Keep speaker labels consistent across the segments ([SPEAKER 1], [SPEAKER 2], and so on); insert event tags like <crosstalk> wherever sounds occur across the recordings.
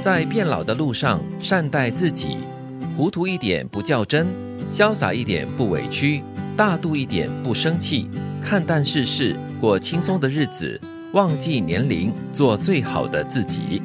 [SPEAKER 1] 在变老的路上，善待自己，糊涂一点不较真，潇洒一点不委屈，大度一点不生气，看淡世事，过轻松的日子，忘记年龄，做最好的自己。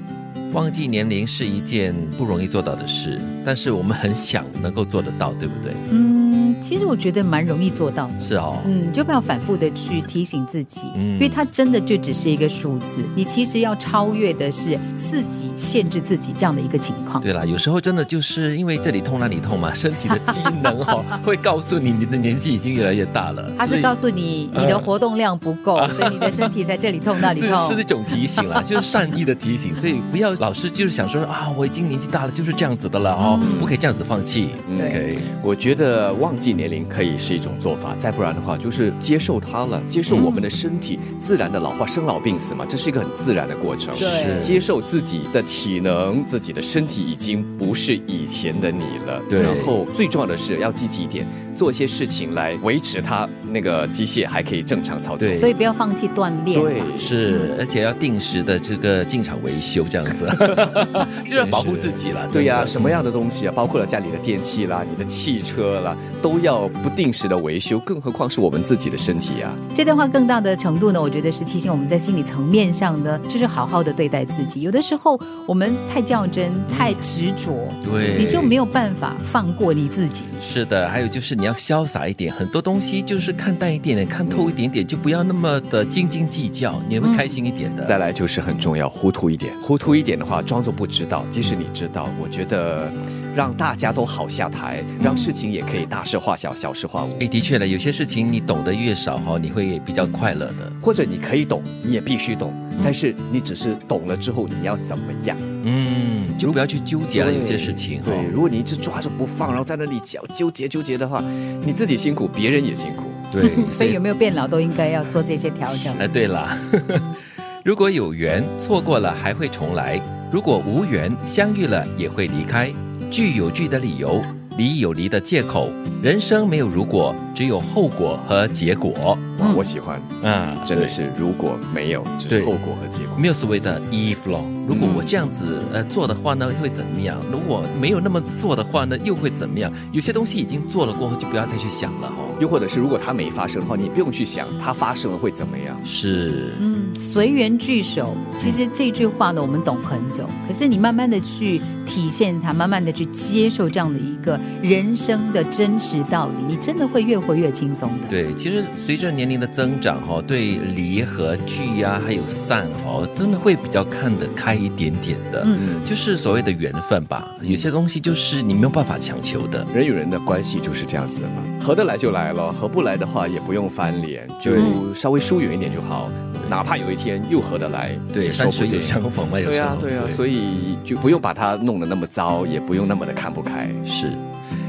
[SPEAKER 1] 忘记年龄是一件不容易做到的事，但是我们很想能够做得到，对不对？
[SPEAKER 2] 嗯，其实我觉得蛮容易做到的。
[SPEAKER 1] 是哦，
[SPEAKER 2] 嗯，就不要反复的去提醒自己，
[SPEAKER 1] 嗯
[SPEAKER 2] 因为它真的就只是一个数字。你其实要超越的是自己限制自己这样的一个情况。
[SPEAKER 1] 对啦，有时候真的就是因为这里痛那里痛嘛，身体的机能
[SPEAKER 2] <laughs>
[SPEAKER 1] 哦会告诉你你的年纪已经越来越大了。
[SPEAKER 2] 它是告诉你
[SPEAKER 1] 呃
[SPEAKER 2] 你的活动量不够，
[SPEAKER 1] <laughs>
[SPEAKER 2] 所以你的身体在这里痛
[SPEAKER 3] 啊
[SPEAKER 2] 那里
[SPEAKER 1] 是是
[SPEAKER 2] 痛
[SPEAKER 1] 一。种提醒
[SPEAKER 3] <laughs>
[SPEAKER 1] 啦，就是善意的提醒，所以不要老是就是想说啊，我已经年纪大了，就是这样子的了哦，
[SPEAKER 3] 嗯
[SPEAKER 1] 不可以这样子放弃。
[SPEAKER 2] 对
[SPEAKER 1] OK，
[SPEAKER 3] 我觉得忘记年龄可以是一种做法，再不然的话就是接受它了，接受我们的身体
[SPEAKER 1] 嗯
[SPEAKER 3] 自然的老化，生老病死嘛，这是一个很自然的过程。
[SPEAKER 2] 对是
[SPEAKER 3] 接受自己的体能，自己的身体已经不是以前的你了。
[SPEAKER 1] 对
[SPEAKER 3] 然后最重要的是要积极一点，做一些事情来维持它那个机械还可以正常操作。
[SPEAKER 1] 对
[SPEAKER 2] 所以不要放弃锻炼。
[SPEAKER 3] 对
[SPEAKER 1] 是，而且要定时的这个进场维修，这样
[SPEAKER 3] <laughs>
[SPEAKER 1] 子，就是要保护自己啦。
[SPEAKER 3] 对呀、
[SPEAKER 1] 真的
[SPEAKER 3] 什么样的东西啊，包括了家里的电器啦、你的汽车啦，都要不定时的维修，更何况是我们自己的身体啊。
[SPEAKER 2] 这段话更大的程度呢，我觉得是提醒我们在心理层面上呢，就是好好的对待自己。有的时候我们太较真、太执着，
[SPEAKER 1] 嗯对，
[SPEAKER 2] 你就没有办法放过你自己。
[SPEAKER 1] 是的，还有就是你要潇洒一点，很多东西就是看淡一点点，看透一点点，就不要那么的斤斤计较，你会开心一点的。
[SPEAKER 3] 再来就是很重要，糊涂一点，糊涂一点的话，装作不知道，即使你知道，我觉得让大家都好下台，让事情也可以大事化小，小事化无。
[SPEAKER 2] 哎
[SPEAKER 1] 诶，哎的确了，有些事情你懂得越少哈，你会比较快乐的。
[SPEAKER 3] 或者你可以懂，你也必须懂，
[SPEAKER 2] 嗯
[SPEAKER 3] 但是你只是懂了之后你要怎么样？
[SPEAKER 1] 嗯，就不要去纠结了，
[SPEAKER 3] 对
[SPEAKER 1] 有些事
[SPEAKER 2] 嗯
[SPEAKER 1] 情哈。
[SPEAKER 3] 对，如果你一直抓着不放，然后在那里纠纠结纠结的话，你自己辛苦，别人也辛苦。 <laughs>
[SPEAKER 1] 对，
[SPEAKER 2] 所以有没有变老都应该要做这些调整。
[SPEAKER 1] 哎，对了， <laughs> 如果有缘错过了还会重来，如果无缘相遇了也会离开。聚有聚的理由，离有离的借口。人生没有如果，只有后果和结果。
[SPEAKER 3] 哇，
[SPEAKER 2] 嗯
[SPEAKER 3] 我喜欢，
[SPEAKER 1] 啊，
[SPEAKER 3] 真的是如果没有，只
[SPEAKER 1] 对
[SPEAKER 3] 是后果和结果。
[SPEAKER 1] 没有所谓的 if 咯。如果
[SPEAKER 2] 嗯
[SPEAKER 1] 我这样子呃做的话呢，会怎么样？如果没有那么做的话呢，又会怎么样？有些东西已经做了过后，就不要再去想了哦。
[SPEAKER 3] 又或者是，如果它没发生的话，你不用去想它发生了会怎么样。
[SPEAKER 1] 是，
[SPEAKER 2] 嗯，随缘聚首。其实这句话呢，我们懂很久，可是你慢慢的去体现它，慢慢的去接受这样的一个人生的真实道理，你真的会越活越轻松的。
[SPEAKER 1] 对。其实随着年龄的增长哈、哦，对离和聚呀、还有散哦，真的会比较看得开一点点的。
[SPEAKER 2] 嗯，
[SPEAKER 1] 就是所谓的缘分吧，有些东西就是你没有办法强求的。
[SPEAKER 3] 人与人的关系就是这样子嘛，合得来就来了，合不来的话也不用翻脸，
[SPEAKER 1] 嗯
[SPEAKER 3] 就
[SPEAKER 2] 对
[SPEAKER 3] 稍微疏远一点就好。哪怕有一天又合得来，
[SPEAKER 1] 对，
[SPEAKER 3] 也说
[SPEAKER 1] 山
[SPEAKER 3] 不
[SPEAKER 1] 水有
[SPEAKER 3] 定。
[SPEAKER 1] 相逢嘛，有
[SPEAKER 3] 对
[SPEAKER 1] 时
[SPEAKER 3] 啊
[SPEAKER 1] 候，
[SPEAKER 3] 对啊，所以就不用把它弄得那么糟，也不用那么的看不开。
[SPEAKER 1] 是，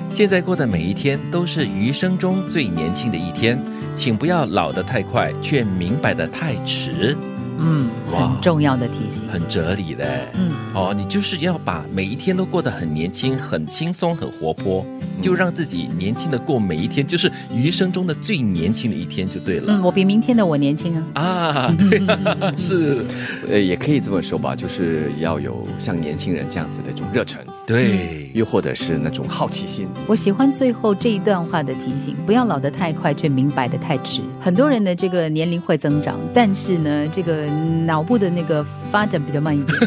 [SPEAKER 1] 现在过的每一天都是余生中最年轻的一天，请不要老得太快，却明白得太迟，
[SPEAKER 2] 嗯，
[SPEAKER 1] 哇
[SPEAKER 2] 很重要的提醒。
[SPEAKER 1] 很哲理的。
[SPEAKER 2] 嗯，
[SPEAKER 1] 哦，你就是要把每一天都过得很年轻、很轻松、很活泼，
[SPEAKER 2] 嗯
[SPEAKER 1] 就让自己年轻的过每一天，就是余生中的最年轻的一天就对了。
[SPEAKER 2] 嗯，我比明天的我年轻啊。
[SPEAKER 1] 啊，对
[SPEAKER 2] <laughs>
[SPEAKER 1] 啊，是，
[SPEAKER 3] 呃，也可以这么说吧，就是要有像年轻人这样子的一种热忱，
[SPEAKER 1] <laughs> 对，
[SPEAKER 3] 又或者是那种好奇心。
[SPEAKER 2] 我喜欢最后这一段话的提醒：不要老得太快，却明白得太迟。很多人的这个年龄会增长，但是呢，这个脑部的那个发展比较慢一点。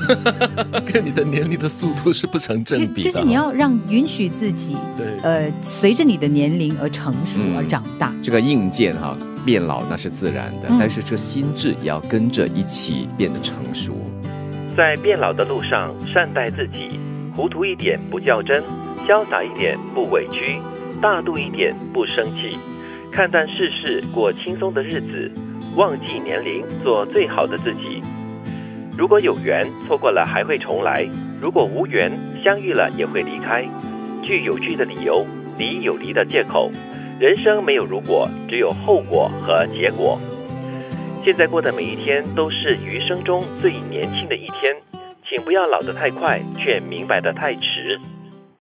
[SPEAKER 1] 跟你的年龄的速度是不成正比
[SPEAKER 2] 就
[SPEAKER 1] 的。
[SPEAKER 2] 就是你要让允许自己，
[SPEAKER 1] 对
[SPEAKER 2] 呃，随着你的年龄而成熟
[SPEAKER 3] 嗯
[SPEAKER 2] 而长大。
[SPEAKER 3] 这个硬件哈、变老那是自然的，
[SPEAKER 2] 嗯
[SPEAKER 3] 但是这个心智也要跟着一起变得成熟。
[SPEAKER 4] 在变老的路上，善待自己，糊涂一点不较真，潇洒一点不委屈，大度一点不生气，看淡世事，过轻松的日子，忘记年龄，做最好的自己。如果有缘，错过了还会重来；如果无缘，相遇了也会离开。聚有聚的理由，离有离的借口。人生没有如果，只有后果和结果。现在过的每一天都是余生中最年轻的一天，请不要老得太快，却明白得太迟。